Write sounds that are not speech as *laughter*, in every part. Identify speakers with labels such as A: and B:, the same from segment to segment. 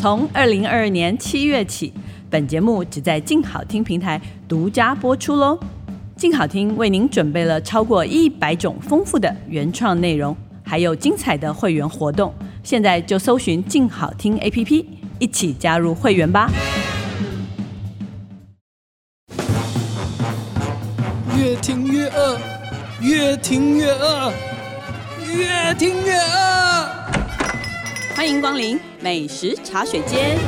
A: 从二零二二年七月起，本节目只在静好听平台独家播出喽。静好听为您准备了超过一百种丰富的原创内容，还有精彩的会员活动。现在就搜寻静好听 APP，一起加入会员吧。
B: 越听越饿，越听越饿，越听越饿。
A: 欢迎光临美食茶水间。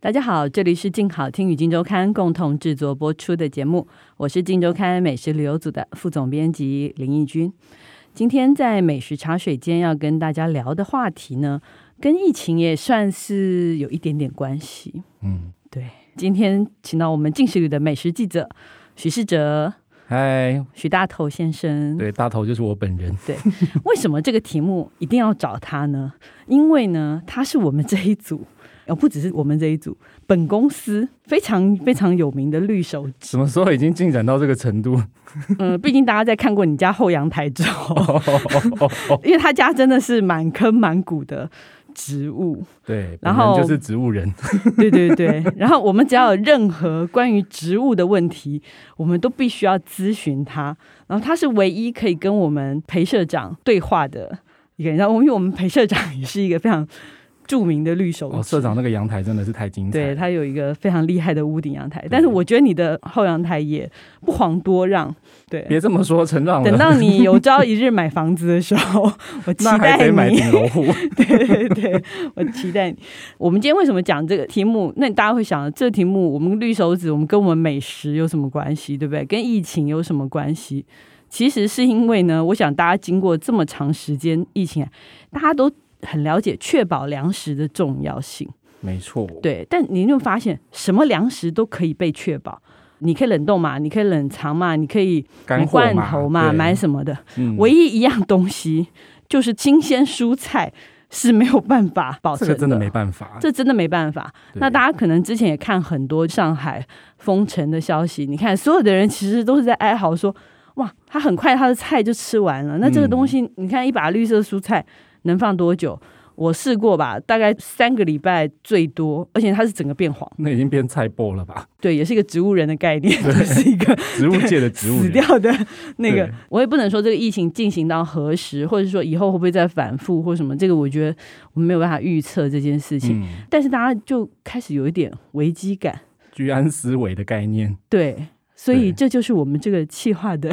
A: 大家好，这里是静好听与静周刊共同制作播出的节目，我是静周刊美食旅游组的副总编辑林义君。今天在美食茶水间要跟大家聊的话题呢，跟疫情也算是有一点点关系。
C: 嗯，
A: 对，今天请到我们进食旅的美食记者许世哲、
C: 嗨，
A: 许大头先生。
C: 对，大头就是我本人。
A: 为什么这个题目一定要找他呢？因为呢，他是我们这一组，呃，不只是我们这一组，本公司非常非常有名的绿手指。
C: *laughs* 什么时候已经进展到这个
A: *laughs*
C: 程度？
A: 嗯、毕竟大家在看过你家后阳台之后，
C: 哦哦哦
A: 因为他家真的是满坑满谷的植物。
C: 对，
A: 然后
C: 本人就是植物人。
A: 对对对，然后我们只要有任何关于植物的问题，我们都必须要咨询他。然后他是唯一可以跟我们裴社长对话的一个人。然后因为我们裴社长也是一个非常著名的绿手指、
C: 哦，社长那个阳台真的是太精彩。
A: 对，他有一个非常厉害的屋顶阳台。但是我觉得你的后阳台也不遑多让。对，
C: 别这么说，成长
A: 等
C: 了，
A: 到你有朝一日买房子的时候，我期
C: *laughs* 那还
A: 待
C: 得买
A: 你。
C: 顶
A: *laughs*
C: 楼户。
A: 对对对，我期待你。我们今天为什么讲这个题目？那大家会想，这题目我们绿手指，我们跟我们美食有什么关系，对不对？跟疫情有什么关系？其实是因为呢，我想大家经过这么长时间疫情啊，大家都很了解确保粮食的重要性。
C: 没错，
A: 对，但你有没有发现，什么粮食都可以被确保？你可以冷冻嘛，你可以冷藏嘛，你可以买
C: 干货
A: 罐头嘛，
C: 对
A: 买什么的？
C: 嗯
A: 唯一一样东西就是新鲜蔬菜是没有办法保
C: 这
A: 存
C: 个真的没办法。
A: 这真的没办法。
C: 对
A: 那大家可能之前也看很多上海封城的消息，你看所有的人其实都是在哀嚎说：“哇，他很快他的菜就吃完了。”那这个
C: 嗯
A: 东西，你看一把绿色蔬菜能放多久？我试过吧，大概三个礼拜最多，而且它是整个变黄。
C: 那已经变菜爆了
A: *laughs*
C: 吧？
A: 对，也是一个植物人的概念， *laughs* 就是一个
C: 植物界的植物
A: 死
C: 人。
A: 掉的那个
C: 对，
A: 我也不能说这个疫情进行到何时，或者说以后会不会再反复或什么，这个我觉得我们没有办法预测这件事情。
C: 嗯，
A: 但是大家就开始有一点危机感，
C: 居安思危的概念，
A: 对，所以
C: 对
A: 这就是我们这个企划的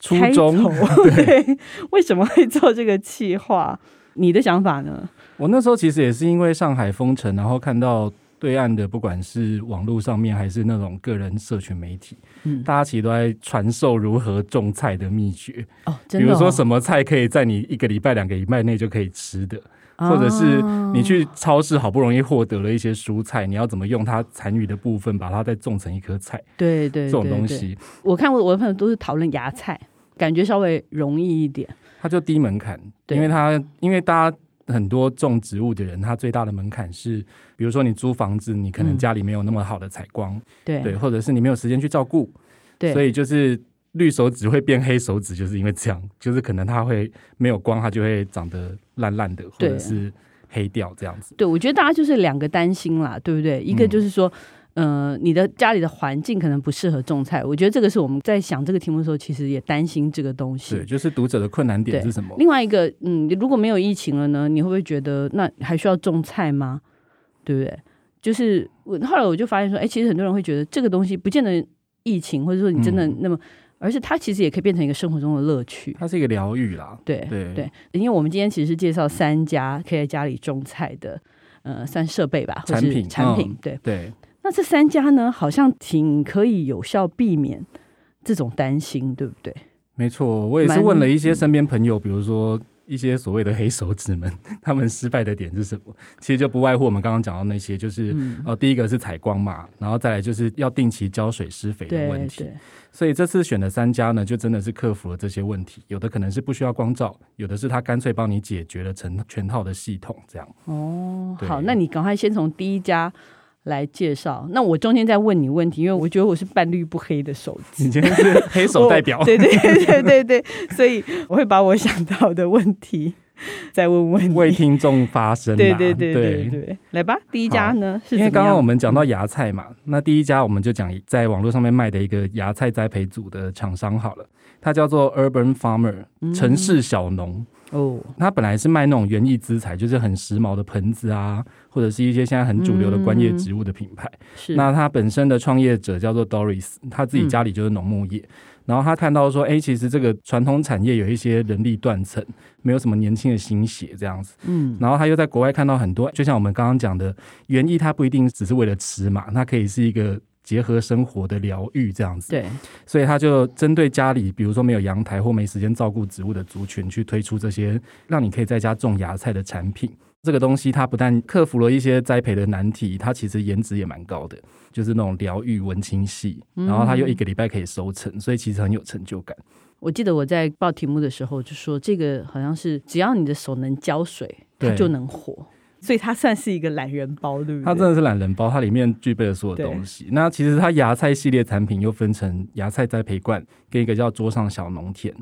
C: 初
A: 开 *laughs*
C: 衷
A: 头对，为什么会做这个企划？你的想法呢？
C: 我那时候其实也是因为上海封城，然后看到对岸的不管是网络上面还是那种个人社群媒体，
A: 嗯
C: 大家其实都在传授如何种菜的秘诀，
A: 哦，
C: 比
A: 真的、
C: 如说什
A: 么，
C: 么菜可以在你一个礼拜、两个礼拜内就可以吃的，
A: 啊
C: 或者是你去超市好不容易获得了一些蔬菜，你要怎么用它残余的部分把它再种成一颗菜，
A: 对对
C: 这种
A: 对
C: 东
A: 对
C: 西
A: 我看过我的朋友都是讨论芽菜，感觉稍微容易一点。
C: 它就低门槛，
A: 对
C: 因为它因为大家。很多种植物的人，他最大的门槛是，比如说你租房子，你可能
A: 嗯
C: 家里没有那么好的采光，
A: 对
C: 对，或者是你没有时间去照顾，
A: 对
C: 所以就是绿手指会变黑手指，就是因为这样， *laughs* 就是可能它会没有光，它就会长得烂烂的，或
A: 对
C: 者是黑掉这样子。
A: 对，我觉得大家就是两个担心啦，对不对？一个
C: 嗯
A: 就是说，呃，你的家里的环境可能不适合种菜，我觉得这个是我们在想这个题目的时候，其实也担心这个东西
C: 对，。就是读者的困难点
A: 对
C: 是什么？
A: 另外一个，嗯，如果没有疫情了呢，你会不会觉得那还需要种菜吗？对不对？就是我后来我就发现说，哎，其实很多人会觉得这个东西不见得疫情，或者说你真的
C: 嗯
A: 那么，而是它其实也可以变成一个生活中的乐趣。
C: 它是一个疗愈啦。
A: 对
C: 对
A: 对，因为我们今天其实是介绍三家可以在家里种菜的，呃，算设备吧，或
C: 产
A: 是
C: 品
A: 产品
C: 嗯
A: 对。
C: 对，
A: 那这三家呢，好像挺可以有效避免这种担心，对不对？
C: 没错，我也是
A: 蛮嗯
C: 问了一些身边朋友，比如说。一些所谓的黑手指们， *laughs* 他们失败的点是什么？其实就不外乎我们刚刚讲到那些，就是、
A: 嗯，
C: 呃，第一个是采光嘛，然后再来就是要定期浇水、施肥的问
A: 对
C: 题。
A: 对
C: 所以这次选的三家呢，就真的是克服了这些问题。有的可能是不需要光照，有的是它干脆帮你解决了成全套的系统。这样，
A: 哦，
C: 对
A: 好，那你赶快先从第一家来介绍。那我中间在问你问题，因为我觉得我是半绿不黑的手
C: 你
A: 机。
C: *laughs* 今天是黑手代表
A: 我，哦对对对对对， *laughs* 所以我会把我想到的问题再问问你。
C: 为听众发声、啊。
A: 对对对对对，来吧，第一家呢是怎
C: 因为
A: 么
C: 刚刚我
A: 样？嗯
C: 们讲到芽菜嘛，那第一家我们就讲在网络上面卖的一个芽菜栽培组的厂商好了，它叫做 Urban Farmer
A: 嗯
C: 城市小农。
A: 哦，
C: 它本来是卖那种园艺资材，就是很时髦的盆子啊，或者是一些现在很主流的
A: 嗯
C: 观叶植物的品牌。
A: 是嗯
C: 那他本身的创业者叫做 Doris，他自己家里就是农牧业。然后他看到说，哎，其实这个传统产业有一些人力断层，没有什么年轻的新血这样子。
A: 嗯
C: 然后他又在国外看到很多，就像我们刚刚讲的，园艺它不一定只是为了吃嘛，它可以是一个结合生活的疗愈这样子。
A: 对，
C: 所以他就针对家里，比如说没有阳台或没时间照顾植物的族群，去推出这些让你可以在家种芽菜的产品。这个东西它不但克服了一些栽培的难题，它其实颜值也蛮高的，就是那种疗愈文青系，然后它又一个礼拜可以收成，所以其实很有成就感。
A: 我记得我在报题目的时候就说，这个好像是只要你的手能浇水，它
C: 对
A: 就能活，所以它算是一个懒人包，对不对？
C: 它真的是懒人包，它里面具备了所有东西。那其实它芽菜系列产品又分成芽菜栽培罐跟一个叫桌上小农田。
A: 哦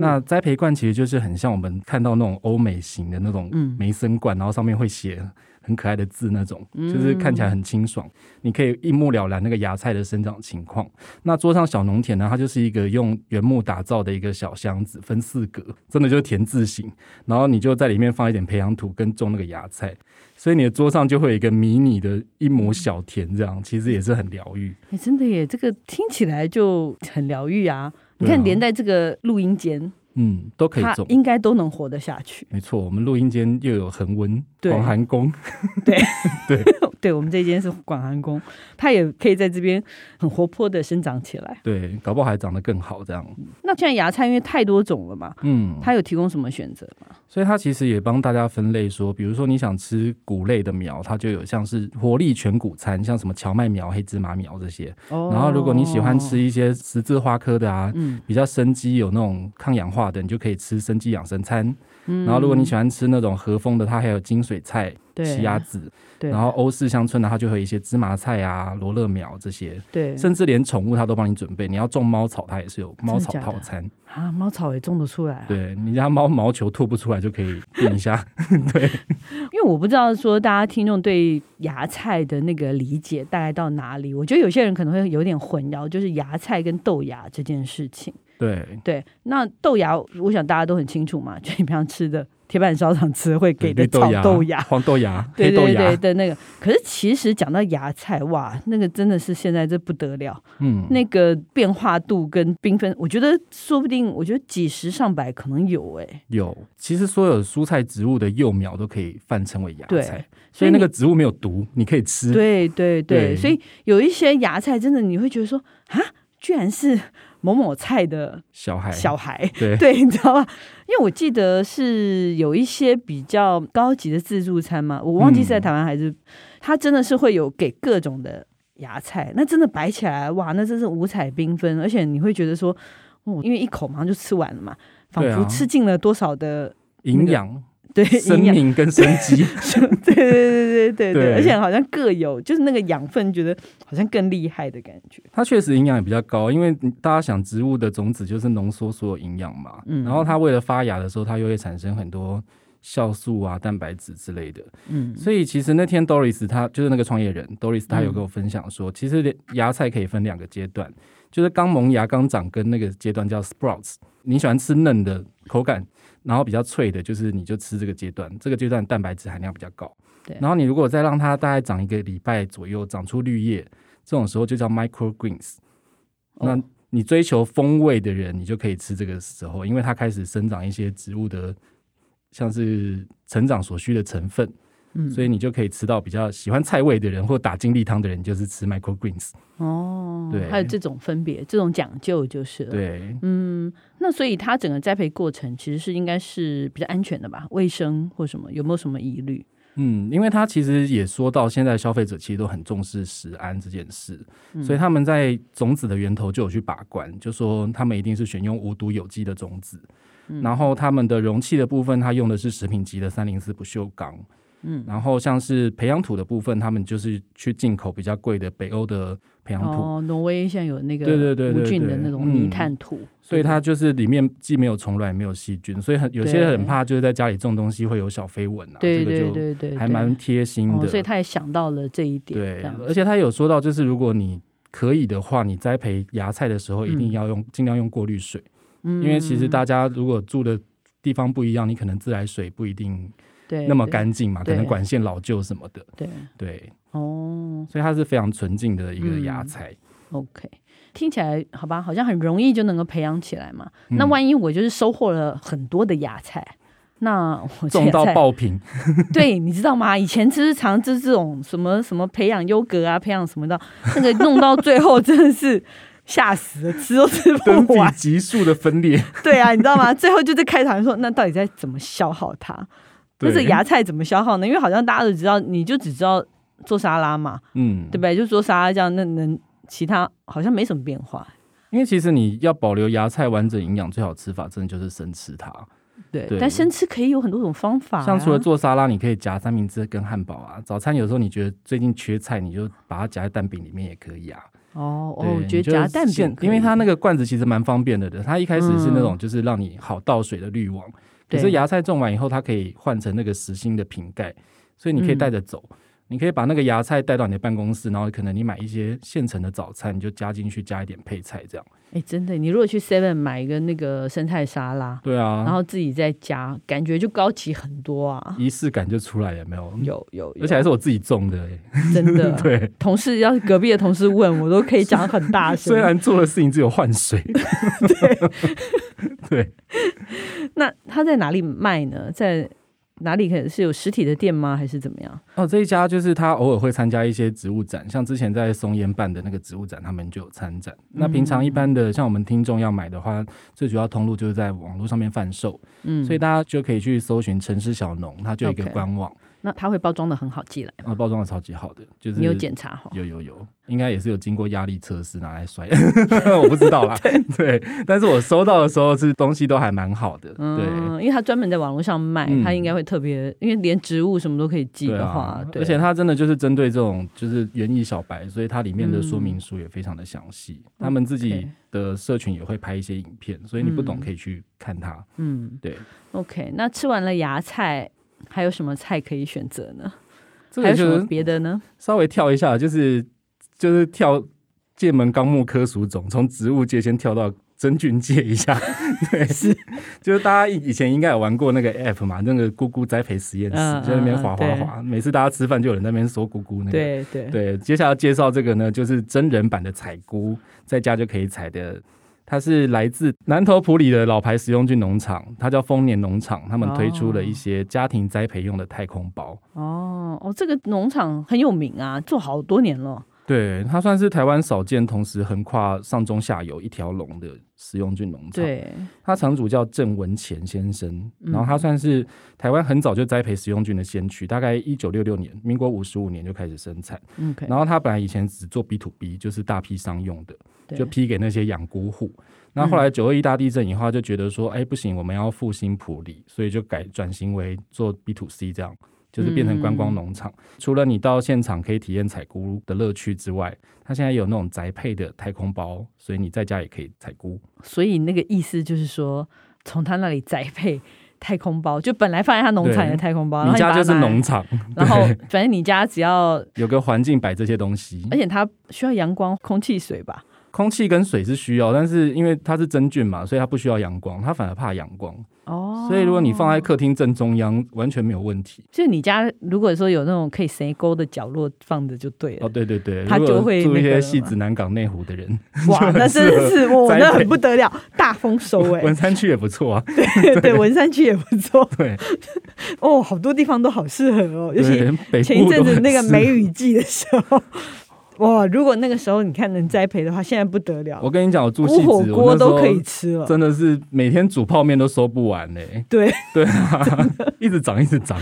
C: 那栽培罐其实就是很像我们看到那种欧美型的那种
A: 嗯
C: 梅森罐，然后上面会写很可爱的字那种，
A: 嗯
C: 就是看起来很清爽。你可以一目了然那个芽菜的生长情况。那桌上小农田呢，它就是一个用原木打造的一个小箱子，分四格，真的就是田字形。然后你就在里面放一点培养土跟种那个芽菜，所以你的桌上就会有一个迷你的一亩小田，这样其实也是很疗愈。
A: 哎、真的耶，这个听起来就很疗愈啊！你
C: 对
A: 看，
C: 啊
A: 连在这个录音间，
C: 嗯，都可以
A: 它
C: 种。
A: 应该都能活得下去。 *laughs*
C: 没错，我们录音间又有恒温、
A: 对
C: 广寒宫，
A: 对我们这间是广寒宫，它也可以在这边很活泼的生长起来。
C: 对，搞不好还长得更好这样。
A: 那现在芽菜因为太多种了嘛，
C: 嗯，
A: 它有提供什么选择吗？
C: 所以它其实也帮大家分类说，比如说你想吃谷类的苗，它就有像是活力全谷餐，像什么荞麦苗、黑芝麻苗这些。
A: 哦
C: 然后如果你喜欢吃，一些十字花科的啊，
A: 嗯
C: 比较生机有那种抗氧化的，你就可以吃生机养生餐。然后如果你喜欢吃那种和风的，它还有金水菜、
A: 对
C: 奇亚籽，
A: 对，
C: 然后欧式乡村的，它就会有一些芝麻菜啊、罗勒苗这些，
A: 对
C: 甚至连宠物它都帮你准备。你要种猫草，它也是有猫草
A: 真的假的
C: 套餐。
A: 啊，猫草也种得出来、啊。
C: 对你家猫毛球吐不出来就可以垫一下，
A: 因为我不知道说大家听众对芽菜的那个理解大概到哪里，我觉得有些人可能会有点混淆，就是芽菜跟豆芽这件事情。
C: 对，
A: 对，那豆芽我想大家都很清楚嘛，就你平常吃的铁板烧上吃会 *laughs* 给的
C: 绿
A: 炒
C: 芽、
A: 豆芽。
C: 黄豆芽、
A: *laughs* 对
C: 黑豆
A: 对对
C: 芽，
A: 的那个，可是其实讲到芽菜，哇，那个真的是现在这不得了，
C: 嗯，
A: 那个变化度跟缤纷，我觉得说不定，我觉得几十上百可能有哎、
C: 有。其实所有蔬菜植物的幼苗都可以泛称为芽
A: 对
C: 菜，
A: 所
C: 所
A: 以
C: 以那
A: 你
C: 个植物没有毒，你可以吃。
A: 对对对，
C: 对
A: 所以有一些芽菜真的你会觉得说啊，居然是某某菜的
C: 小孩，
A: 小孩，
C: 对
A: 对，你知道吧？因为我记得是有一些比较高级的自助餐嘛，我忘记是在
C: 嗯
A: 台湾还是，它真的是会有给各种的芽菜，那真的摆起来哇，那真是五彩缤纷，而且你会觉得说，哦，因为一口马上就吃完了嘛，仿
C: 对啊
A: 佛吃进了多少的
C: 营养、
A: 对 *laughs*
C: 生
A: 营养，
C: 命跟生机。
A: *laughs* 对对对对对对，
C: 对
A: 而且好像各有就是那个养分，觉得好像更厉害的感觉。
C: 它确实营养也比较高，因为大家想植物的种子就是浓缩所有营养嘛，
A: 嗯
C: 然后它为了发芽的时候，它又会产生很多酵素啊、蛋白质之类的，
A: 嗯
C: 所以其实那天 Doris 她就是那个创业人 Doris，她有跟我分享说，其实芽菜可以分两个阶段，就是刚萌芽、刚长根那个阶段叫 sprouts。你喜欢吃嫩的口感，然后比较脆的，就是你就吃这个阶段，这个阶段蛋白质含量比较高。
A: 对
C: 然后你如果再让它大概长一个礼拜左右，长出绿叶，这种时候就叫 micro greens。
A: 哦
C: 那你追求风味的人，你就可以吃这个时候，因为它开始生长一些植物的，像是成长所需的成分。
A: 嗯
C: 所以你就可以吃到比较喜欢菜味的人或打精力汤的人，就是吃 micro greens。
A: 哦
C: 对
A: 还有这种分别，这种讲究就是了。
C: 对，
A: 嗯，那所以它整个栽培过程其实是应该是比较安全的吧？卫生或什么有没有什么疑虑？
C: 嗯，因为他其实也说到，现在消费者其实都很重视食安这件事，
A: 嗯
C: 所以他们在种子的源头就有去把关，就说他们一定是选用无毒有机的
A: 嗯
C: 种子，然后他们的容器的部分，它用的是食品级的三零四不锈钢。嗯，然后像是培养土的部分，他们就是去进口比较贵的北欧的培养土，
A: 哦，挪威现在有那个
C: 对对对对
A: 无菌的
C: 对
A: 那种
C: 嗯
A: 泥炭土，
C: 所以它就是里面既没有虫卵，也没有细菌，所以很有些人很怕，就是在家里种东西会有小飞蚊啊，
A: 对
C: 这
A: 对
C: 个就
A: 对对，
C: 还
A: 对
C: 蛮贴心的。
A: 哦，所以他也想到了这一点，
C: 对
A: 这样，
C: 而且他有说到，就是如果你可以的话，你栽培芽菜的时候一定要用、尽量用过滤水，
A: 嗯
C: 因为其实大家如果住的地方不一样，你可能自来水不一定
A: 对
C: 那么，干净嘛，
A: 对
C: 可能管线老旧什么的。
A: 对对
C: 对，
A: 哦
C: 所以它是非常纯净的一个
A: 嗯
C: 芽菜。
A: ，OK。听起来好吧，好像很容易就能够培养起来嘛。
C: 嗯
A: 那万一我就是收获了很多的芽菜，那我这
C: 种到
A: 芽菜 *laughs*
C: 爆品，
A: 对，你知道吗？以前就是常这这种什么什么培养优格啊，培养什么的， *laughs* 那个弄到最后真的是吓死了，吃都吃
C: 等
A: 不
C: 比
A: 完。
C: 急速的分裂。
A: 对啊，你知道吗？最后就在开场说，那到底在怎么消耗它？ *laughs* 那
C: 对
A: 这芽菜怎么消耗呢？因为好像大家都知道，你就只知道做沙拉嘛，
C: 嗯，
A: 对不对？就做沙拉这样，那能其他好像没什么变化。
C: 因为其实你要保留芽菜完整营养，最好吃法真的就是生吃它。
A: 对，
C: 对
A: 但生吃可以有很多种方法、啊，
C: 像除了做沙拉，你可以夹三明治跟汉堡啊。早餐有时候你觉得最近缺菜，你就把它夹在蛋饼里面也可以啊。
A: 哦哦
C: 对，
A: 我
C: 你
A: 觉得
C: 就
A: 夹蛋饼
C: 现
A: 可以，嗯
C: 因为它那个罐子其实蛮方便的的。它一开始是那种就是让你好倒水的滤网，可
A: 对
C: 是芽菜种完以后，它可以换成那个实心的瓶盖，所以你可以带着
A: 嗯
C: 走。你可以把那个芽菜带到你的办公室，然后可能你买一些现成的早餐，你就加进去，加一点配菜这样。
A: 哎真的，你如果去 Seven 买一个那个生菜沙拉，
C: 对
A: 然
C: 啊，
A: 后自己在家，感觉就高级很多啊。
C: 仪式感就出来了，有没有？
A: 有有有，
C: 嗯而且还是我自己种的、欸，，
A: 真的
C: *laughs* 对。
A: 同事嗯 *laughs* 要是隔壁的同事问我，都可以讲很大声
C: *laughs* 虽。然做的事情只有换水，对
A: 那他在哪里卖呢？在哪里可能是有实体的店吗？还是怎么样？
C: 哦，这一家就是他偶尔会参加一些植物展，像之前在松烟办的那个植物展，他们就有参展。那平常一般
A: 嗯
C: 的像我们听众要买的话，最主要通路就是在网络上面贩售，
A: 嗯，
C: 所以大家就可以去搜寻城市小农，它就有一个
A: OK
C: 官网，
A: 那他会包装的很好寄来，
C: 啊，包装的超级好的，就是
A: 你有检查哈？
C: 有有有，应该也是有经过压力测试拿
A: *laughs*
C: 来摔，我不知道啦。对，但是我收到的时候是东西都还蛮好的，对。
A: 嗯，因为他专门在网络上卖，
C: 嗯
A: 他应该会特别，因为连植物什么都可以寄
C: 对
A: 的话
C: 啊，，
A: 对
C: 而且它真的就是针对这种就是园艺小白，所以它里面的说明书也非常的详细。
A: 嗯
C: 他们自己
A: OK
C: 的社群也会拍一些影片，所以你不懂可以去看它。
A: 嗯
C: 对，
A: ，OK。那吃完了芽菜，还有什么菜可以选择呢？
C: 这
A: 还
C: 个
A: 有什
C: 就
A: 么
C: 是
A: 别的呢？
C: 稍微跳一下，就是就是跳界门纲目科属种，从植物界先跳到。真菌界一
A: *laughs*
C: 下，对，是，就是大家以以前应该有玩过那个 app 嘛，那个咕咕栽培实验室，
A: 嗯
C: 就在那边
A: 嗯嗯
C: 滑滑
A: 对
C: 滑，每次大家吃饭就有人在那边说咕咕那个，
A: 对对
C: 对，接下来要介绍这个呢，就是真人版的采菇，在家就可以采的。它是来自南投埔里的老牌食用菌农场，它叫丰年农场，他们推出了一些家庭栽培用的太空包。
A: 哦哦，这个农场很有名啊，做好多年了。
C: 对，它算是台湾少见，同时横跨上中下游一条龙的食用菌农场。
A: 对，
C: 它场主叫郑文乾先生，
A: 嗯
C: 然后他算是台湾很早就栽培食用菌的先驱，大概一九六六年，民国五十五年就开始生产。
A: 嗯，可以。
C: 然后他本来以前只做 B to B，就是大批商用的。
A: 对
C: 就批给那些养菇户。那后来九二一大地震以后，他就觉得
A: 嗯
C: 说，哎、不行，我们要复兴普里，所以就改转型为做 B to C 这样。就是变成观光农场，
A: 嗯
C: 除了你到现场可以体验采菇的乐趣之外，它现在有那种宅配的太空包，所以你在家也可以采菇。
A: 所以那个意思就是说，从他那里栽培太空包，就本来放在他农场里的
C: 对
A: 太空包，然
C: 你
A: 后
C: 家
A: 哦把它
C: 就是
A: 拿来
C: 农，场， *laughs*
A: 然后反正你家只要，
C: 有个环境摆这些东西
A: 而。且它需要阳光、空气、水吧。
C: 空气跟水是需要，但是因为它是真菌嘛，所以它不需要阳光，它反而怕阳光。
A: 哦，
C: 所以如果你放在客厅正中央，完全没有问题。
A: 就你家如果说有那种可以塞沟的角落放着就对了。
C: 哦，对对对，
A: 他
C: 如
A: 就
C: 果
A: 会
C: 住
A: 那
C: 一
A: 个
C: 些
A: 了
C: 戏
A: 嘛
C: 子南港内湖的人， *laughs*
A: 哇，那真的是我、
C: 啊栽培
A: 那很不得了，大丰
C: *laughs*
A: 收哎、
C: 文山区也不错啊。
A: 对，文山区也不错 *laughs*
C: 对，
A: 哦，好多地方都好适合哦，尤其
C: 对北
A: 前一
C: 部
A: 阵
C: 都
A: 子
C: 很
A: 那个
C: 适
A: 梅
C: 合，
A: 雨季的时候，哇！如果那个时候你看能栽培的话，现在不得了，
C: 我跟你讲，我住戏
A: 锅
C: 子，
A: 火
C: 我
A: 锅
C: 那时
A: 都
C: 候
A: 可以吃了。
C: 真的是每天煮泡面都收不完嘞、
A: *laughs* 对，*laughs*
C: 对啊，一直涨一直涨。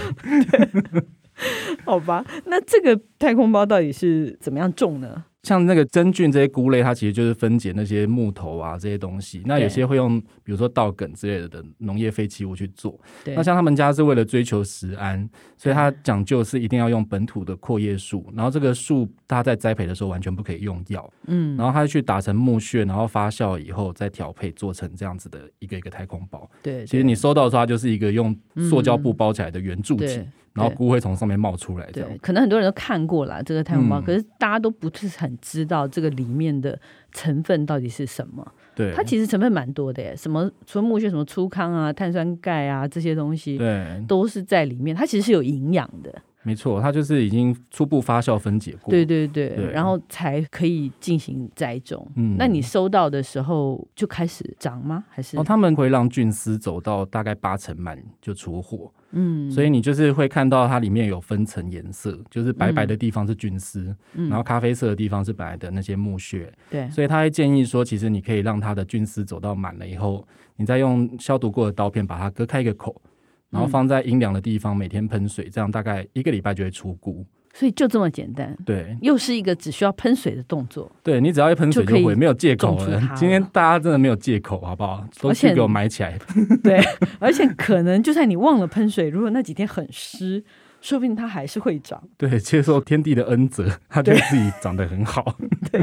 A: 好吧，那这个太空包到底是怎么样种呢？
C: 像那个真菌这些菇类，它其实就是分解那些木头啊这些东西。那有些会用，比如说稻梗之类的农业废弃物去做。
A: 对
C: 那像他们家是为了追求食安，所以它讲究是一定要用本土的阔叶树，然后这个树它在栽培的时候完全不可以用药，
A: 嗯，
C: 然后它去打成木屑，然后发酵以后再调配做成这样子的一个一个太空包。
A: 对，
C: 其实你收到的时候，它就是一个用塑胶布包起来的圆柱
A: 嗯
C: 体，
A: 对
C: 然后菇会从上面冒出来这样
A: 对，。可能很多人都看过啦，这个太空包，
C: 嗯
A: 可是大家都不是很知道这个里面的成分到底是什么。
C: 对，
A: 它其实成分蛮多的耶，什么纯木屑、什么粗糠啊、碳酸钙啊这些东西
C: 对，
A: 都是在里面，它其实是有营养的。
C: 没错，它就是已经初步发酵分解过。
A: 对对对，
C: 对
A: 然后才可以进行栽种。
C: 嗯
A: 那你收到的时候就开始长吗？还是、
C: 哦，他们回让菌丝走到大概八成满就出货，
A: 嗯，
C: 所以你就是会看到它里面有分层颜色，就是白白的地方是菌丝，
A: 嗯
C: 然后咖啡色的地方是本来的那些木屑，
A: 对
C: 所以他会建议说，其实你可以让它的菌丝走到满了以后，你再用消毒过的刀片把它割开一个口，然后放在阴凉的地方每天喷水，这样大概一个礼拜就会出菇。
A: 所以就这么简单，
C: 对，
A: 又是一个只需要喷水的动
C: *laughs*
A: 作。
C: 对你只要一喷水
A: 就
C: 就
A: 可
C: 会，
A: 以
C: 没有借口
A: 种出它了
C: 了。今天大家真的没有借口，好不好？都
A: 而且
C: 去给我买起来。
A: 对，而且可能就算你忘了喷水，如果那几天很湿，说不定它还是会长。
C: 对，接受天地的恩泽，它就自己长得
A: *laughs*
C: 很好。对，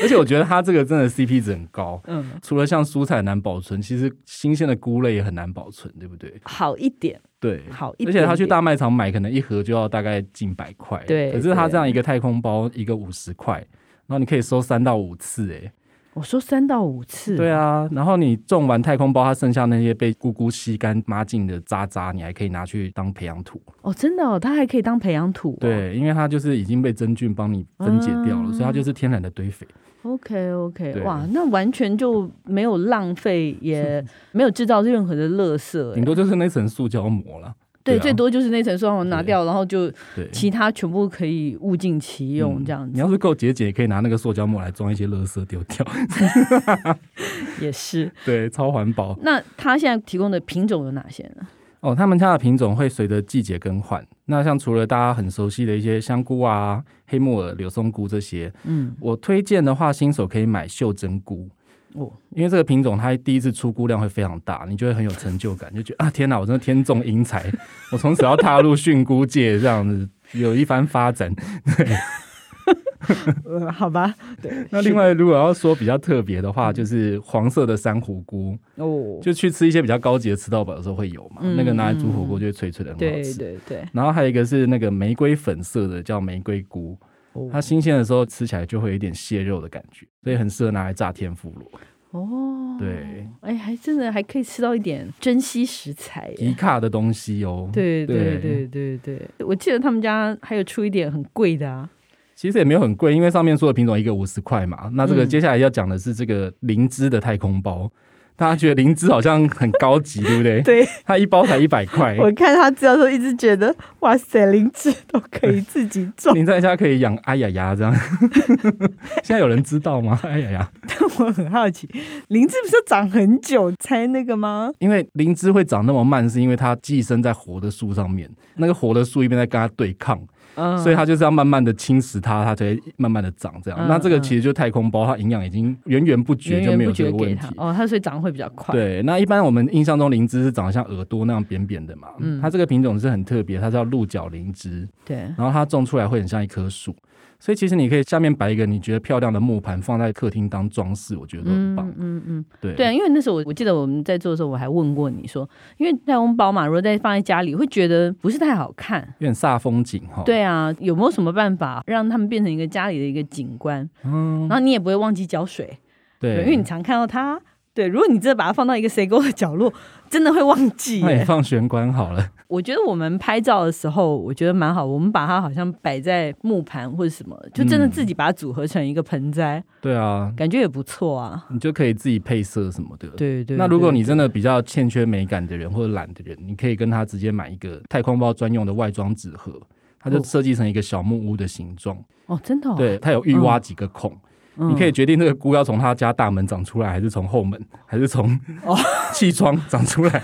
C: 而且我觉得它这个真的 CP 值很高。
A: 嗯，
C: 除了像蔬菜很难保存，其实新鲜的菇类也很难保存，对不对？
A: 好一点，
C: 对，
A: 好一
C: 而
A: 点
C: 且他去
A: 点
C: 大卖场买，可能一盒就要大概近百块。
A: 对
C: 可是他
A: 对
C: 这样一个太空包一个五十块，然后你可以收三到五次，哎，
A: 我说三到五次，
C: 对，啊。然后你种完太空包，它剩下那些被咕咕吸干、抹净的渣渣，你还可以拿去当培养土。
A: 哦，真的哦，它还可以当培养土、哦，
C: 对，因为它就是已经被真菌帮你分解掉了，
A: 啊
C: 所以它就是天然的堆肥。
A: ，OK OK，
C: 对
A: 哇，那完全就没有浪费，
C: *laughs*
A: 也没有制造任何的垃圾
C: 顶
A: 哎，
C: 多就是那层塑胶膜了。
A: 对，
C: 对啊
A: 最多就是那层双黄拿掉，然后就
C: 对，
A: 其他全部可以物尽其用，
C: 嗯
A: 这样
C: 你
A: 子、
C: 要是够节俭，也可以拿那个塑胶膜来装一些垃圾丢掉。 *laughs*
A: 也是。
C: 对，超环保。
A: 那它现在提供的品种有哪些呢？
C: 哦，他们家的品种会随着季节更换。那像除了大家很熟悉的一些香菇啊、黑木耳、柳松菇这些，
A: 嗯，
C: 我推荐的话，新手可以买袖珍菇，
A: 哦，
C: 因为这个品种它第一次出菇量会非常大，你就会很有成就感，就觉得啊，天哪，我真的天纵英才，我从此要踏入菌菇界，这样子有一番发展。 *laughs*
A: 呃，好吧，对，
C: 那另外，如果要说比较特别的
A: 嗯
C: 话，就是黄色的珊瑚菇，
A: 哦，
C: 就去吃一些比较高级的吃到饱的时候会有嘛，
A: 嗯
C: 那个拿来煮火锅就会脆脆的，很好
A: 对
C: 吃。
A: 对对，
C: 然后还有一个是那个玫瑰粉色的，叫玫瑰菇，
A: 哦
C: 它新鲜的时候吃起来就会有一点蟹肉的感觉，所以很适合拿来炸天妇罗。
A: 哦，
C: 对，
A: 哎，还真的还可以吃到一点珍稀食材
C: 低
A: 耶。
C: 卡的东西哦。，
A: 对对对
C: 对
A: 对对，我记得他们家还有出一点很贵的啊，
C: 其实也没有很贵，因为上面说的品种一个五十块嘛。那这个
A: 嗯
C: 接下来要讲的是这个灵芝的太空包。大家觉得灵芝好像很高级，对不对？
A: *laughs* 对
C: 它一包才一百
A: *laughs*
C: 块，
A: 我看他资料的时候一直觉得，哇塞，灵芝都可以自己种，
C: 您在家可以养哎呀呀这样。 *laughs* 现在有人知道吗？哎呀呀，
A: 但我很好奇，灵芝不是要长很久才那个吗？
C: 因为灵芝会长那么慢，是因为它寄生在活的树上面，那个活的树一边在跟它对抗，
A: 嗯
C: 所以它就是要慢慢的侵蚀它，它才会慢慢的长这样。
A: 嗯
C: 那这个其实就太空包，它营养已经源源不绝，
A: 源
C: 就
A: 源
C: 没有
A: 不
C: 这
A: 绝
C: 个问
A: 给他
C: 题。
A: 哦，它所以长得会比较快。，
C: 对，那一般我们印象中灵芝是长得像耳朵那样扁扁的嘛，
A: 嗯
C: 它这个品种是很特别，它叫鹿角灵芝，
A: 对
C: 然后它种出来会很像一棵树，所以其实你可以下面摆一个你觉得漂亮的木盘放在客厅当装饰，我觉得都很
A: 嗯
C: 棒。
A: 嗯嗯，
C: 对
A: 对啊，因为那时候我我记得我们在做的时候，我还问过你说，因为太空包嘛，如果再放在家里，会觉得不是太好看。
C: 有点煞风景哈。，
A: 对啊，有没有什么办法让他们变成一个家里的一个景观？
C: 嗯
A: 然，后你也不会忘记浇水，
C: 对，
A: 因为你常看到它。对，如果你真的把它放到一个谁沟的角落，真的会忘记
C: 那也
A: 耶。
C: 放玄关好了。
A: 我觉得我们拍照的时候，我觉得蛮好，我们把它好像摆在木盘或者什么，就真的
C: 嗯
A: 自己把它组合成一个盆栽，
C: *laughs* 对啊，
A: 感觉也不错啊。
C: 你就可以自己配色什么的。。
A: 对对。
C: 嗯那如果
A: 对
C: 你真的比较欠缺美感的人或者懒的人，你可以跟他直接买一个太空包专用的外装纸盒，它就设计成一个小木屋的形状。
A: 哦哦，真的、哦、嗯
C: 对，它有预挖几个孔，你可以决定这个菇要从他家大门长出来，还是从后门，还是从
A: 哦
C: 气窗长出
A: *laughs*
C: 来。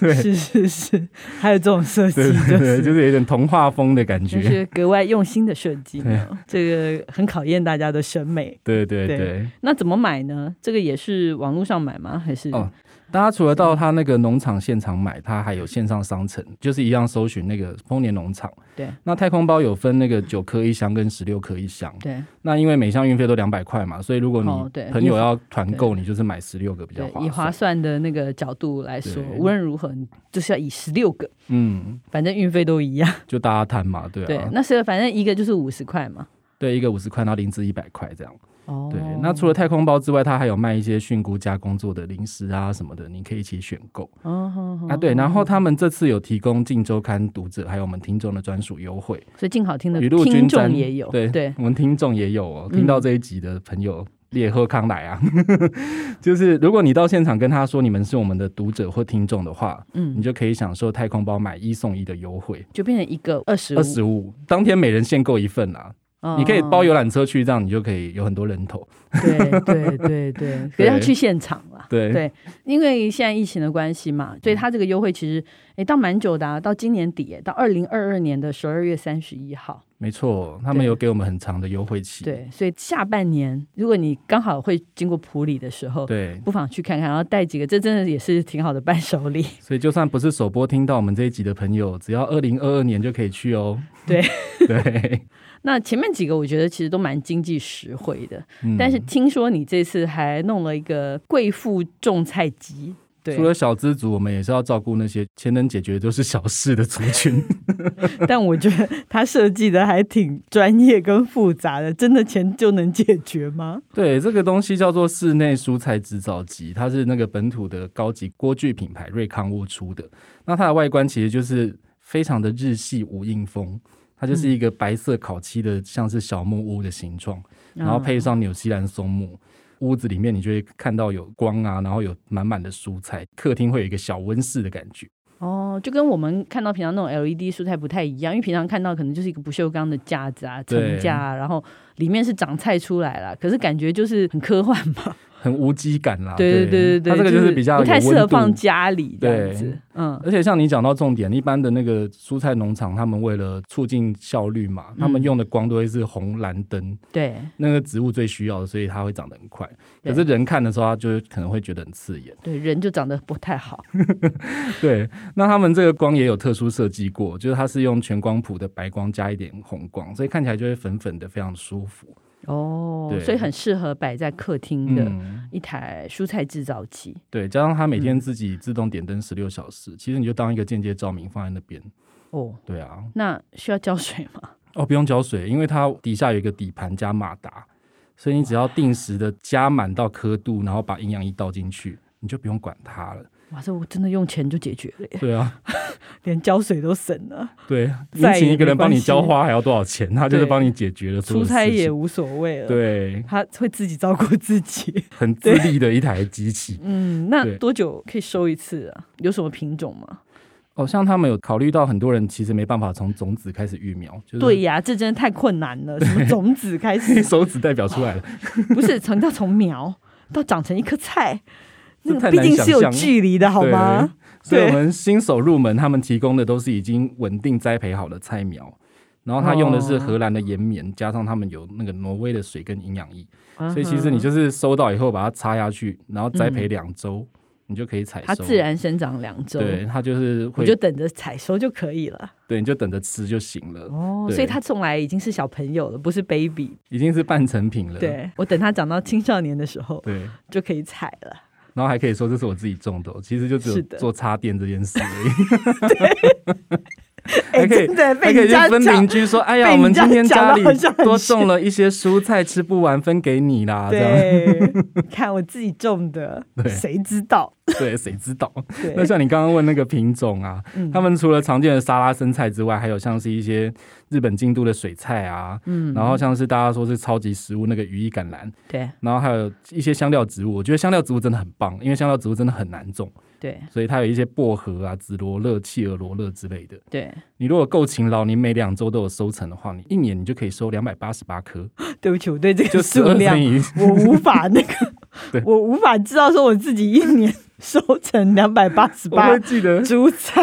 C: 对
A: 是是是，还有这种设计
C: 对
A: 就
C: *laughs* 对对，
A: 是。
C: 就是有点童话风的感
A: 就
C: 觉。
A: 是格外用心的设计
C: 对
A: 呢，这个很考验大家的审美。
C: 对对
A: 对
C: 对。
A: 那怎么买呢？这个也是网络上买吗？还是
C: 哦大家除了到他那个农场现场买，他还有线上商城，就是一样搜寻那个丰年农场。
A: 对
C: 那太空包有分那个九颗一箱跟十六颗一箱，
A: 对
C: 那因为每箱运费都两百块嘛，所以如果
A: 哦对
C: 你朋友要团购，你就是买十六个比较
A: 对，
C: 划
A: 以划
C: 算。
A: 算的那个角度来说，
C: 对
A: 无论如何你就是要以十六个，
C: 嗯，
A: 反正运费都一样。
C: 就大家摊嘛，对
A: 对
C: 啊，，
A: 那是反正一个就是五十块嘛。
C: 对，一个五十块，然后零至一百块这样。
A: 哦
C: 对，那除了太空包之外，它还有卖一些菌菇加工做的零食啊什么的，你可以一起选购。
A: 哦好好
C: 啊，对，然后他们这次有提供《镜周刊》读者还有我们听众的专属优惠，
A: 所以静好听的
C: 雨露均
A: 听众
C: 沾
A: 也有，
C: 对
A: 对，嗯
C: 我们听众也有哦，听到这一集的朋友。也喝康来啊， *laughs* 就是如果你到现场跟他说你们是我们的读者或听众的话，你
A: 嗯，
C: 就可以享受太空包买一送一的优惠，
A: 就变成一个二十嗯
C: 二十五，当天每人限购一份啦。
A: 哦
C: 你可以包邮览车去，这样你就可以有很多人头。
A: 对对对对，可是要
C: 对
A: 去现场啦。
C: 对
A: 对，因为现在疫情的关系嘛，
C: 嗯
A: 所以它这个优惠其实诶到蛮久的、啊，到今年底、诶到二零二二年的十二月三十一号。
C: 没错，他们
A: 对
C: 有给我们很长的优惠期。
A: 对，所以下半年如果你刚好会经过普里的时候，
C: 对，
A: 不妨去看看，然后带几个，这真的也是挺好的伴手礼。 *laughs*
C: 所以就算不是首播听到我们这一集的朋友，只要二零二二年就可以去哦。
A: 对
C: *laughs* 对，
A: 那前面几个我觉得其实都蛮经济实惠的，
C: 嗯
A: 但是听说你这次还弄了一个贵妇种菜集，对
C: 除，了小资族，我们也是要照顾那些钱能解决都是小事的族
A: *laughs*
C: 群。
A: *laughs* 但我觉得它设计的还挺专业跟复杂的，真的钱就能解决吗？
C: 对，这个东西叫做室内蔬菜制造机，它是那个本土的高级锅具品牌瑞康沃出的。那它的外观其实就是非常的日系无印风，它
A: 嗯
C: 就是一个白色烤漆的，像是小木屋的形状，
A: 嗯
C: 然后配上纽西兰松木。屋子里面你就会看到有光啊，然后有满满的蔬菜，客厅会有一个小温室的感觉。
A: 哦，就跟我们看到平常那种 E LED 蔬菜不太一样，因为平常看到可能就是一个不锈钢的架子啊、
C: 对
A: 层架啊，然后里面是长菜出来了，可是感觉就是很科幻
C: *laughs*
A: 嘛。
C: 很无机感啦，
A: 对对对对，
C: 啊它这个就是比较
A: 不太
C: 有
A: 适
C: 温
A: 合
C: 度
A: 放家里这样子
C: 对。
A: 嗯，
C: 而且像你讲到重点，一般的那个蔬菜农场，他们为了促进效率嘛，他们用的光都会是红蓝灯，
A: 对
C: 那个植物最需要的，所以它会长得很快。
A: 对
C: 可是人看的时候，他就可能会觉得很刺眼。
A: 对，人就长得不太好。
C: 对，那他们这个光也有特殊设计过，就是它是用全光谱的白光加一点红光，所以看起来就会粉粉的，非常舒服。
A: 哦
C: 对，
A: 所以很适合摆在客厅的
C: 嗯，
A: 一台蔬菜制造机。
C: 对，加上它每天自己自动点灯十六小时，其实你就当一个间接照明放在那边。
A: 哦，
C: 对啊，
A: 那需要浇水吗？ *laughs*
C: 哦，不用浇水，因为它底下有一个底盘加马达，所以你只要定时的加满到刻度，然后把营养液倒进去，你就不用管它了。
A: 哇，这我真的用钱就解决了耶，
C: 对啊，
A: *laughs* 连浇水都省了，
C: 对，
A: 再
C: 你
A: 也
C: 请一个
A: 没
C: 人帮
A: 关
C: 你
A: 系
C: 浇花还要多少钱？他就是
A: 对
C: 帮你解决了所有
A: 出
C: 的
A: 差
C: 事
A: 也
C: 情。
A: 无所谓了。，
C: 对，
A: 他会自己照顾自己。
C: 很自立的一台机器。
A: *laughs* 嗯，那
C: 对
A: 多久可以收一次啊？有什么品种吗？
C: 哦，像他们有考虑到很多人其实没办法从种子开始育苗，就是 *laughs*
A: 对呀，这真的太困难 *laughs* 了。什么种子开 *laughs* 始，
C: 手指代表出来了，
A: 不是从到从苗到长成一棵菜，
C: 这
A: 那个
C: 太
A: 毕
C: 难
A: 竟
C: 想
A: 是有
C: 象
A: 距离的，好
C: 对
A: 吗？
C: 所以
A: 对
C: 我们新手入门，他们提供的都是已经稳定栽培好的菜苗，然后他用的
A: 哦
C: 是荷兰的岩棉，加上他们有那个挪威的水跟营养液，
A: 嗯
C: 所以其实你就是收到以后把它插下去，然后栽培两周，你就可以采收。
A: 它自然生长两周，
C: 对，它就是
A: 我
C: 会
A: 就等着采收就可以了。
C: 对，你就等着吃就行了，
A: 哦
C: 对
A: 所以它送来已经是小朋友了，不是 baby。
C: 已经是半成品了。
A: 对我等它长到青少年的时
C: *laughs*
A: 候
C: 对
A: 就可以采了。
C: 然后还可以说这是我自己种的哦，其实就只有
A: 是的
C: 做插电这件事而已。
A: 哎、
C: 还可以
A: 真的被
C: 还可以
A: 人
C: 去
A: 家
C: 分
A: 讲
C: 邻居说：“哎呀，
A: 被
C: 我们今天
A: 人家
C: 家
A: 讲
C: 里
A: 得好像很
C: 多种了一些蔬菜，吃不完分给你啦。”这样
A: 对，看我自己种的，
C: 对
A: 谁知道？
C: 对，谁知道？
A: 对，
C: 那像你刚刚问那个品种啊，
A: 嗯
C: 他们除了常见的沙拉生菜之外，还有像是一些日本京都的水菜啊，
A: 嗯
C: 然后像是大家说是超级食物那个羽衣甘蓝，
A: 对
C: 然后还有一些香料植物。我觉得香料植物真的很棒，因为香料植物真的很难种，
A: 对
C: 所以它有一些薄荷啊、紫罗勒、企鹅罗勒之类的。
A: 对，
C: 你如果够勤劳，你每两周都有收成的话，你一年你就可以收两百八十八颗，
A: 对不起，我对
C: *laughs*
A: 这
C: 就
A: 个
C: 十
A: 数
C: 二
A: 量
C: 乘以
A: 我无法那
C: *laughs* 对
A: 个，我无法知道说我自己一年收成两百八十
C: 我
A: 八
C: 会记得，
A: 株
C: *laughs*
A: 菜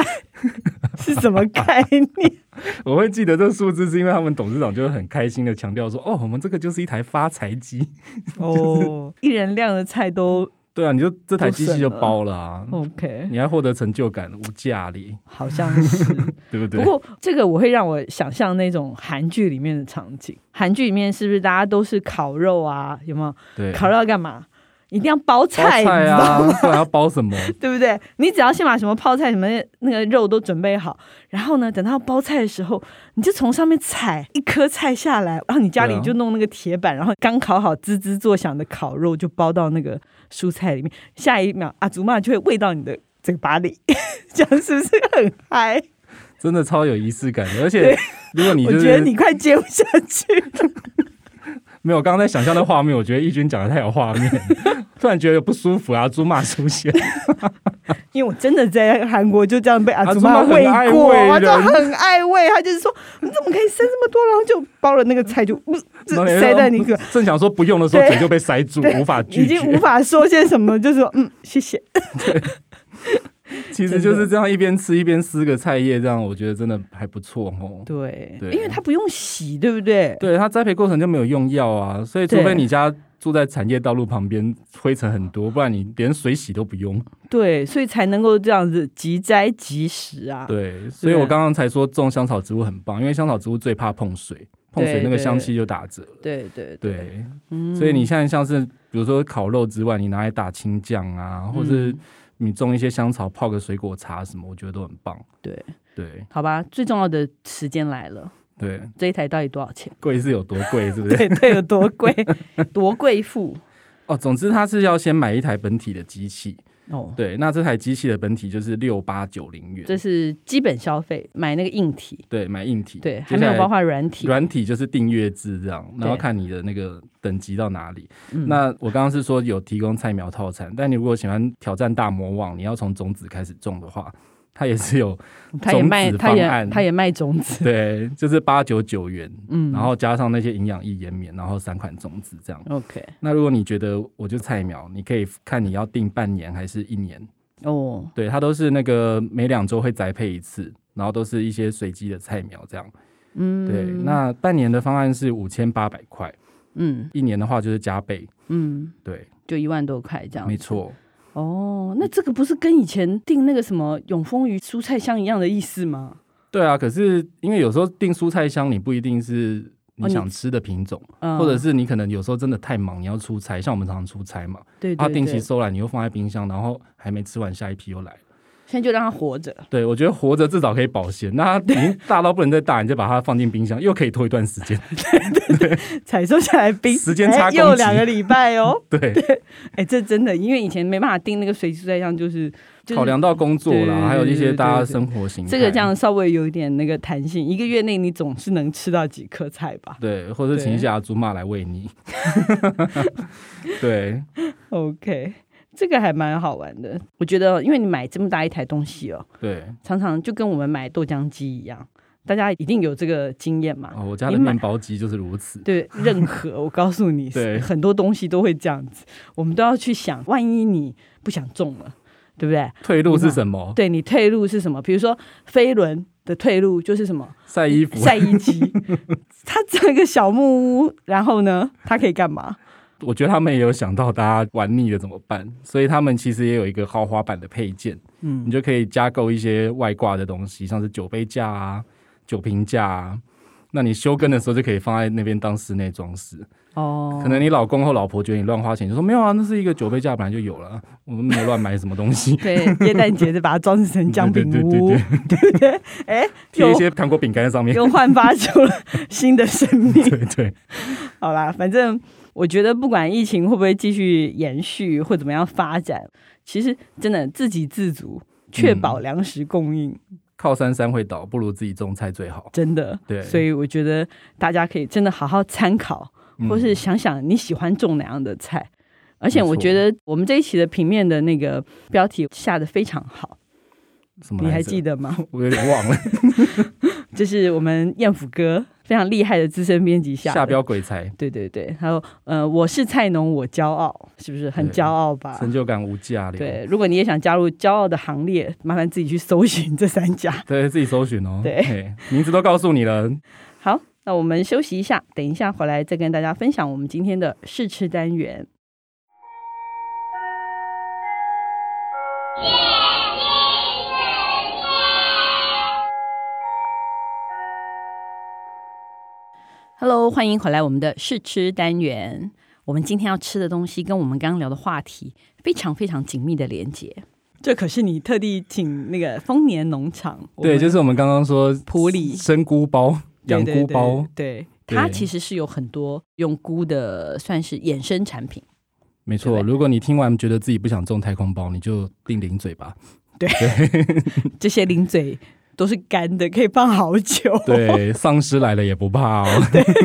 A: 是什么概念？
C: 我会记得这数字，是因为他们董事长就会很开心的强调说：“哦，我们这个就是一台发财机。
A: 哦，一人量的菜都”
C: 对啊，你就这台机器就包了啊，
A: OK，
C: 你还获得成就感，无价哩，
A: 好像是。
C: 对
A: 不
C: 不对？
A: 过这个我会让我想象那种韩剧里面的场景，韩剧里面是不是大家都是烤肉啊？有没有
C: 对，
A: 烤肉要干嘛？一定要包
C: 包
A: 菜，
C: 菜
A: 你知道
C: 啊，不然要包什么？
A: *laughs* 对不对？你只要先把什么泡菜、什么那个肉都准备好，然后呢，等到包菜的时候，你就从上面采一颗菜下来，然后你家
C: 对
A: 里
C: 啊
A: 就弄那个铁板，然后刚烤好滋滋作响的烤肉就包到那个蔬菜里面，下一秒阿祖玛就会喂到你的嘴巴里， *laughs* 这样是不是很嗨？
C: 真的超有仪式感的。而且，如果你
A: 我
C: 就
A: 觉得
C: 是
A: 你快接不下去 *laughs* 了，
C: 没有刚刚在想象的画面，我觉得义军讲的太有画面了，突然觉得不舒服啊，猪骂
A: *laughs*
C: 出现。
A: 因为我真的在韩国就这样被阿祖
C: 阿
A: 玛
C: 祖玛很爱
A: 过，
C: 喂
A: 他就
C: 人
A: 很爱喂，他就是说你怎么可以生这么多，然后就包了那个菜
C: *laughs*
A: 就嗯就
C: 然后
A: 塞在你口。
C: 正想说不用的时候，
A: 对
C: 嘴就被塞住，
A: 对
C: 无法
A: 已
C: 拒
A: 经无
C: 绝。
A: 法说些什么，就是说嗯，谢谢。
C: 其实就是这样，一边吃一边撕个菜叶，这样我觉得真的还不错哦。
A: 对
C: 对
A: 因为它不用洗，对不对？
C: 对，它栽培过程就没有用药啊，所以除
A: 对
C: 非你家住在产业道路旁边，灰尘很多，不然你连水洗都不用。
A: 对，所以才能够这样子即摘即食啊。
C: 对，所以我刚刚才说种香草植物很棒，因为香草植物最怕碰水，碰水
A: 对
C: 那个
A: 对
C: 香气就打折了。
A: 对对对嗯
C: 对，所以你现在像是比如说烤肉之外，你拿来打青酱啊，
A: 嗯
C: 或是你种一些香草泡个水果茶什么，我觉得都很棒。
A: 对
C: 对
A: 好吧，最重要的时间来了，
C: 对，
A: 这一台到底多少钱？
C: 贵是有多贵，是不
A: *laughs*
C: 是？
A: 对对，有多贵，
C: *laughs*
A: 多贵妇
C: 哦，总之它是要先买一台本体的机器，
A: 哦。
C: 对，那这台机器的本体就是六八九零元，
A: 这是基本消费，买那个硬体，
C: 对，买硬体，
A: 对，还
C: 接下
A: 没
C: 来
A: 有包括软体。
C: 软体就是订阅制这样，然后
A: 对嗯
C: 看你的那个等级到哪里。那我刚刚是说有提供菜苗套餐，但你如果喜欢挑战大魔王，你要从种子开始种的话，它也
A: *laughs*
C: 是有
A: 他也卖，
C: 种子
A: 他
C: 方
A: 也
C: 案
A: 他也卖种子，
C: 对，就是八九九元，
A: 嗯
C: 然后加上那些营养液、盐棉，然后三款种子这样。
A: *laughs* OK，
C: 那如果你觉得我就菜苗，你可以看你要定半年还是一年，
A: 哦，
C: 对，它都是那个每两周会栽培一次，然后都是一些随机的菜苗这样。
A: 嗯，
C: 对，那半年的方案是五千八百块，
A: 嗯
C: 一年的话就是加倍。
A: 嗯，
C: 对，
A: 就一万多块这样，
C: 没。错，
A: 哦，那这个不是跟以前订那个什么永丰鱼蔬菜箱一样的意思吗？
C: 对啊。可是因为有时候订蔬菜箱，你不一定是你
A: 哦你
C: 想吃的品种，
A: 嗯，
C: 或者是你可能有时候真的太忙，你要出差，像我们常常出差嘛，
A: 对对
C: 他
A: 对，
C: 定期收来，你又放在冰箱，然后还没吃完，下一批又来。
A: 现在就让它活着。
C: *laughs* 对，我觉得活着至少可以保鲜。那它已经大到不能再大，你就把它放进冰箱，又可以拖一段时间。 *laughs*
A: 采收 *laughs* 下来冰，
C: 时间差
A: 哎
C: 攻击。
A: 又两个礼拜哦
C: *laughs* 对，
A: 哎，这真的，因为以前没办法订那个水蔬菜箱，就是就是
C: 考量到工作
A: 对对
C: 啦，
A: 对
C: 还有一
A: 对
C: 些
A: 对
C: 大家
A: 对
C: 生活形态，
A: 这个这样稍微有一点那个弹性，一个月内你总是能吃到几颗菜吧
C: 对，或者
A: 对
C: 请一下祖玛来喂
A: *laughs*
C: 你。对，
A: ？OK，这个还蛮好玩的。我觉得，因为你买这么大一台东西哦，
C: 对，
A: 常常就跟我们买豆浆机一样，大家一定有这个经验嘛。
C: 哦，我家
A: 你
C: 的
A: 买
C: 面包机就是如此。
A: 对，任何我告诉你，
C: 对
A: 很多东西都会这样子，我们都要去想，万一你不想中了，对不对？
C: 退路是什么？
A: 对你退路是什么？比如说飞轮的退路就是什么
C: 晒衣服。
A: 晒衣机， *laughs* 它这个小木屋，然后呢，它可以干嘛？
C: 我觉得他们也有想到大家玩腻了怎么办，所以他们其实也有一个豪华版的配件，嗯，你就可以加购一些外挂的东西，像是酒杯架啊、酒瓶架啊。那你休耕的时候就可以放在那边当室内装饰。
A: 哦。
C: 可能你老公或老婆觉得你乱花钱，就说没有啊，那是一个酒杯架本来就有了，我们没有乱买什么东西
A: 对，耶诞节就把它装饰成 *laughs* 姜饼
C: 对对对
A: 屋，
C: 对
A: 对不 *laughs* 对？哎，
C: 贴一
A: 又
C: 些糖果饼干在上
A: *laughs*
C: 面。
A: 又焕发出了新的生命。
C: *laughs*
A: *laughs*
C: 对对，
A: 好啦，反正我觉得不管疫情会不会继续延续或怎么样发展，其实真的自给自足，确保粮食供
C: 嗯
A: 应，
C: 靠山山会倒，不如自己种菜最好。
A: 真的。
C: 对
A: 所以我觉得大家可以真的好好参考，
C: 嗯
A: 或是想想你喜欢种哪样的菜。而且
C: 没错
A: 我觉得我们这一期的平面的那个标题下的非常好，
C: 什么
A: 你
C: 来
A: 还
C: 着
A: 记？得吗？ *laughs*
C: 我有点忘了。
A: 就是我们燕府哥非常厉害的资深编辑下的
C: 下标鬼才，
A: 对对对，还有呃，我是菜农，我骄傲，是不是很
C: 对
A: 骄傲吧？
C: 成就感无价了。
A: 啊对，如果你也想加入骄傲的行列，麻烦自己去搜寻这三家。
C: 对，自己搜寻哦。
A: 对
C: 嘿，名字都告诉你了。
A: 好，那我们休息一下，等一下回来再跟大家分享我们今天的试吃单元。Hello，欢迎回来我们的试吃单元。我们今天要吃的东西跟我们刚刚聊的话题非常非常紧密的连接。这可是你特地请那个丰年农场，
C: 对，就是我们刚刚说
A: 普里
C: 生菇包、
A: 对
C: 养
A: 对
C: 菇包，
A: 对对
C: 对
A: 它其实是有很多用菇的，算是衍生产品。
C: 没
A: 对
C: 错。如果你听完觉得自己不想中太空包，你就定零嘴吧。
A: 这些零嘴都是干的，可以放好久。
C: 对，丧尸来了也不怕哦。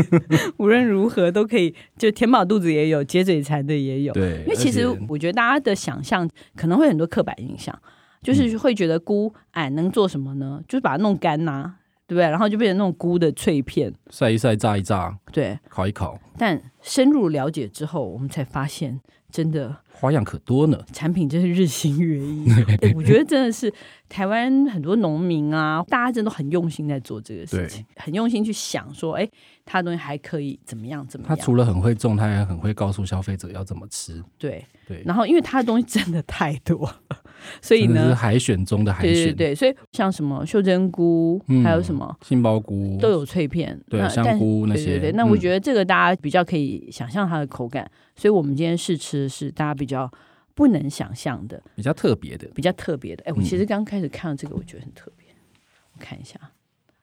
A: *laughs* 无论如何都可以，就填饱肚子也有，解嘴馋的也有。
C: 对，
A: 因为其实
C: 而且
A: 我觉得大家的想象可能会很多刻板印象，就是会觉得菇哎能做什么呢？就是把它弄干呐、对不对？然后就变成那种菇的脆片，
C: 晒一晒、炸一炸、
A: 对。
C: 烤一烤，
A: 但深入了解之后，我们才发现，真的
C: 花样可多呢。
A: 产品真是日新月
C: *laughs*
A: 异。欸我觉得真的是台湾很多农民啊，大家真的都很用心在做这个事情，很用心去想说，哎、他的东西还可以怎么样怎么
C: 他
A: 样。
C: 除了很会种，他也很会告诉消费者要怎么吃。
A: 对，
C: 对，
A: 然后因为他的东西真的太多 *laughs* 了，所以
C: 真的是
A: 呢，
C: 海选中的海
A: 对对
C: 选。
A: 对，所以像什么袖珍菇，
C: 嗯
A: 还有什么。
C: 杏鲍菇
A: 都有脆片，
C: 对
A: 那
C: 香
A: 但是
C: 菇那
A: 对对
C: 些
A: 对，那我
C: 嗯
A: 觉得这个大家比较可以想象它的口感，所以我们今天试吃的是大家比较不能想象的，
C: 比较特别的，
A: 比较特别的。哎、我
C: 嗯
A: 其实刚开始看到这个，我觉得很特别。我看一下，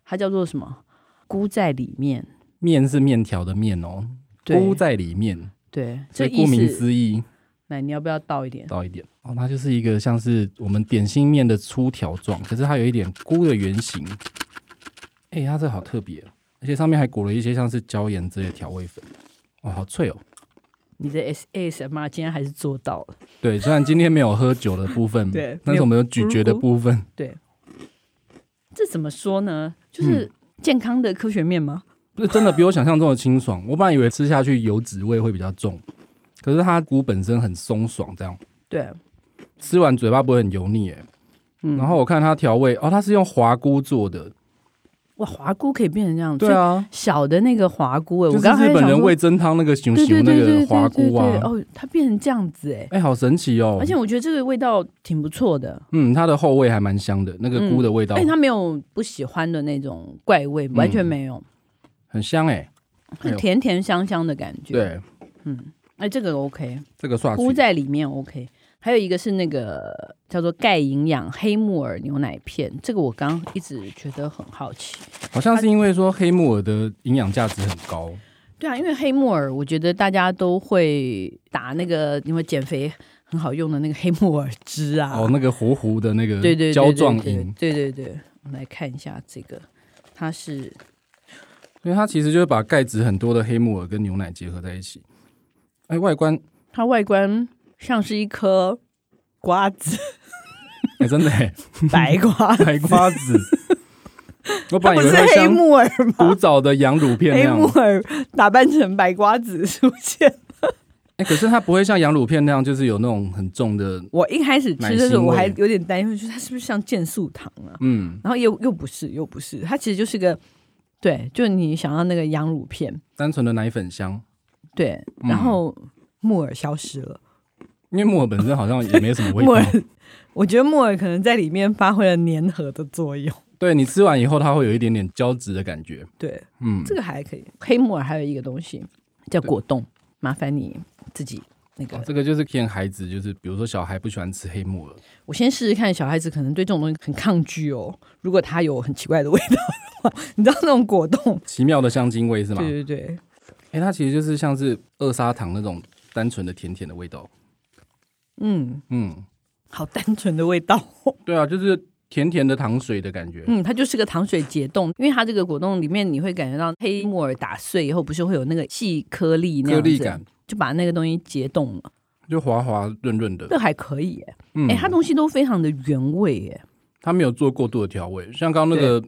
A: 它叫做什么？菇在里面。
C: 面是面条的面哦，
A: 对
C: 菇在里面，
A: 对，这
C: 所以顾名
A: 意思。
C: 思义，
A: 那你要不要倒一点？
C: 倒一点哦，它就是一个像是我们点心面的粗条状，可是它有一点菇的圆形。哎、它这好特别哦，而且上面还裹了一些像是椒盐之类的调味粉，哇、好脆哦。
A: 你的 S S M R 今天还是做到了。，
C: 对，虽然今天没有喝酒的部分
A: 对嗯
C: 但是我们有咀嚼的部分，
A: 这怎么说呢？
C: 嗯
A: 就是健康的科学面吗？
C: 不是真的比我想象中的清爽。我本来以为吃下去油脂味会比较重，可是它菇本身很松爽，这样
A: 对，
C: 吃完嘴巴不会很油腻哎。
A: 嗯。
C: 然后我看它调味哦，它是用滑菇做的，
A: 哇，滑菇可以变成这样，
C: 对，啊，
A: 小的那个滑菇、哎，
C: 就
A: 嗯我
C: 是
A: 刚才
C: 日本
A: 想
C: 人
A: 说
C: 味增汤那个熊
A: 对对
C: 熊
A: 对
C: 那
A: 对对对
C: 个滑菇
A: 对
C: 啊，
A: 哦，它变成这样子哎、
C: 哎、好神奇哦！
A: 而且，我觉得这个味道挺不错的。
C: 嗯，它的后味还蛮香的，那个菇的味道、
A: 哎，它没有不喜欢的那种怪
C: 嗯
A: 味，完全没有。
C: 很香哎、哎
A: 是
C: 呦
A: 甜甜香香的感觉。，
C: 对，
A: 哎，这个 OK，
C: 这个刷
A: 菇
C: 去
A: 在里面 OK。还有一个是那个叫做钙营养黑木耳牛奶片，这个我刚一直觉得很好奇。
C: 好像是因为说黑木耳的营养价值很高，
A: 对啊，因为黑木耳，我觉得大家都会打那个因为减肥很好用的那个黑木耳汁啊。
C: 哦，那个糊糊的那个
A: 对对对对
C: 胶状
A: 对
C: 饮，
A: 对对对，我们来看一下这个，它是
C: 所以它其实就是把钙质很多的黑木耳跟牛奶结合在一起。哎、外观
A: 它外观像是一颗瓜
C: *laughs*
A: 子，
C: 哎、真的、欸、
A: 白瓜子，
C: 白瓜子，
A: 它
C: 我本
A: 不
C: 来以为
A: 是
C: 它
A: 黑
C: 像
A: 木耳吗？
C: 古早的羊乳片那
A: 黑木
C: 样，
A: 耳打扮成白瓜子出现。
C: 哎、可是它不会像羊乳片那样，就是有那种很重的，
A: *laughs* 我一开始吃的时
C: 奶腥
A: 候，
C: 味
A: 我还有点担心，就是它是不是像健素糖啊？
C: 嗯，
A: 然后又又不是，又不是，它其实就是个对，就是你想要那个羊乳片，
C: 单纯的奶粉香。
A: 对，
C: 嗯
A: 然后木耳消失了。
C: 因为木耳本身好像也没什么味
A: 木
C: 道
A: 耳，我觉得木耳可能在里面发挥了粘合的作用。
C: 对你吃完以后，它会有一点点胶质的感觉。
A: 对，
C: 嗯，
A: *laughs* 这个还可以。黑木耳还有一个东西叫果冻，麻烦你自己那个
C: 哦、这个就是骗孩子，就是比如说小孩不喜欢吃黑木耳，
A: 我先试试看，小孩子可能对这种东西很抗拒哦。如果他有很奇怪的味道的话，你知道那种果
C: *laughs*
A: 冻，
C: 奇妙的香精味是吗？
A: 对对对，
C: 哎、它其实就是像是二砂糖那种单纯的甜甜的味道。
A: 嗯，
C: 嗯，
A: 好单纯的味道哦、
C: 对啊，就是甜甜的糖水的感觉。
A: 嗯，它就是个糖水解冻，因为它这个果冻里面你会感觉到黑木耳打碎以后，不是会有那个细颗粒那
C: 颗
A: 样
C: 粒
A: 子
C: 感，
A: 就把那个东西解冻了。
C: 就滑滑润润的
A: 这，还可以耶，
C: 嗯
A: 哎、它东西都非常的原味耶。
C: 它没有做过度的调味，像刚刚那个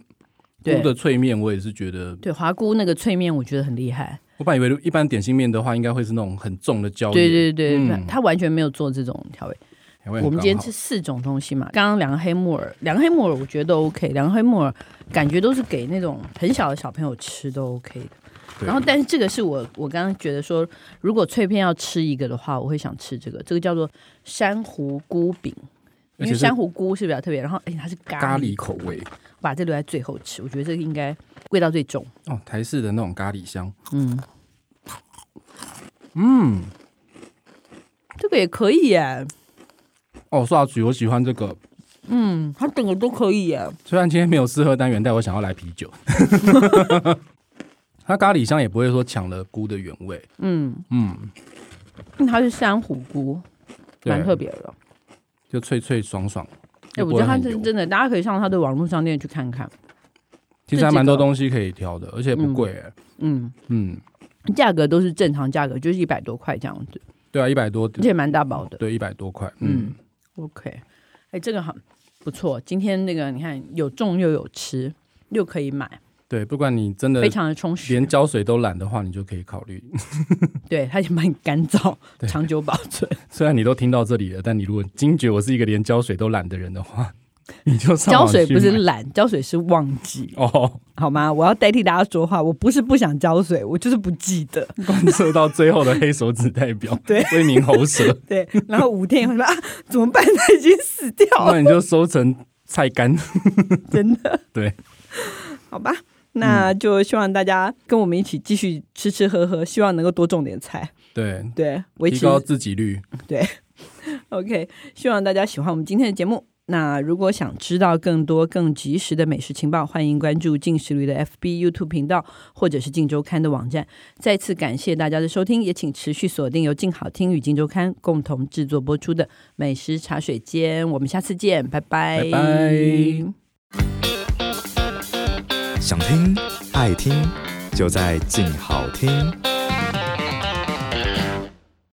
A: 对
C: 菇的脆面，我也是觉得，
A: 对，华菇那个脆面我觉得很厉害，
C: 我本来以为一般点心面的话，应该会是那种很重的椒盐，
A: 对对对，
C: 嗯
A: 它完全没有做这种调味。
C: 调味很
A: 我们今天
C: 刚好
A: 吃四种东西嘛，刚刚两个黑木耳，两个黑木耳我觉得都 OK，两个黑木耳感觉都是给那种很小的小朋友吃都 OK 的。
C: 对
A: 然后，但是这个是我我刚刚觉得说，如果脆片要吃一个的话，我会想吃这个，这个叫做珊瑚菇饼，因
C: 而
A: 为
C: 且是
A: 珊瑚菇是比较特别，然后而且它是咖
C: 咖
A: 喱，
C: 喱口味
A: 我把这留在最后吃，我觉得这个应该味道最重。
C: 哦，台式的那种咖喱香，
A: 嗯，
C: 嗯，
A: 这个也可以耶，
C: 哦，说到橘，我喜欢这个。
A: 嗯，它整个都可以耶。
C: 虽然今天没有适合单元，但我想要来啤酒。 *laughs* 它咖喱香也不会说抢了菇的原味，
A: 嗯，
C: 嗯，
A: 因为它是珊瑚菇，
C: 对
A: 蛮特，别的。
C: 就脆脆爽爽。
A: 哎，
C: 又
A: 我
C: 不
A: 觉
C: 会
A: 得它
C: 很
A: 是
C: 油
A: 真的，大家可以上它的网络商店去看看。
C: 其实还蛮多东西可以挑的，而且不贵、欸。
A: 嗯，
C: 嗯
A: 价格都是正常价格，就是一百多块这样子，
C: 对啊，一百多，
A: 而且蛮大包的。
C: 对，一百多块。
A: 嗯
C: 嗯，
A: OK，哎，这个很不错。今天那个你看，有种又有吃，又可以买，
C: 对，不管你真的
A: 非常的充实
C: 连。胶水都懒的话，你就可以考虑。 *laughs*
A: 对，它也蛮干燥，
C: 对
A: 长久保
C: *laughs*
A: 存。
C: 虽然你都听到这里了，但你如果惊觉我是一个连胶水都懒的人的话，你就上
A: 胶
C: 网
A: 水
C: 去
A: 不是
C: 买
A: 懒，胶水是忘记，
C: 哦，
A: 好吗？我要代替大家说话，我不是不想胶水，我就是不记得。
C: 贯彻到最后的黑手指代表，
A: 对，
C: 为民喉舌。
A: *laughs*
C: *laughs*
A: 对，然后五天以后说啊，怎么办？它已经死掉了，
C: 那你就收成菜干。 *laughs*
A: 真的。
C: 对，
A: 好吧，
C: 嗯
A: 那就希望大家跟我们一起继续吃吃喝喝，希望能够多种点菜，
C: *laughs* 对，
A: 对，维
C: 提
A: 持
C: 高自给率。
A: *laughs* OK，希望大家喜欢我们今天的节目。那如果想知道更多更及时的美食情报，欢迎关注进食驴的 FB、YouTube 频道，或者是《镜周刊》的网站。再次感谢大家的收听，也请持续锁定由静好听与《镜周刊》共同制作播出的《美食茶水间》，我们下次见，拜拜，
C: 拜拜
D: 想听爱听，就在静好听。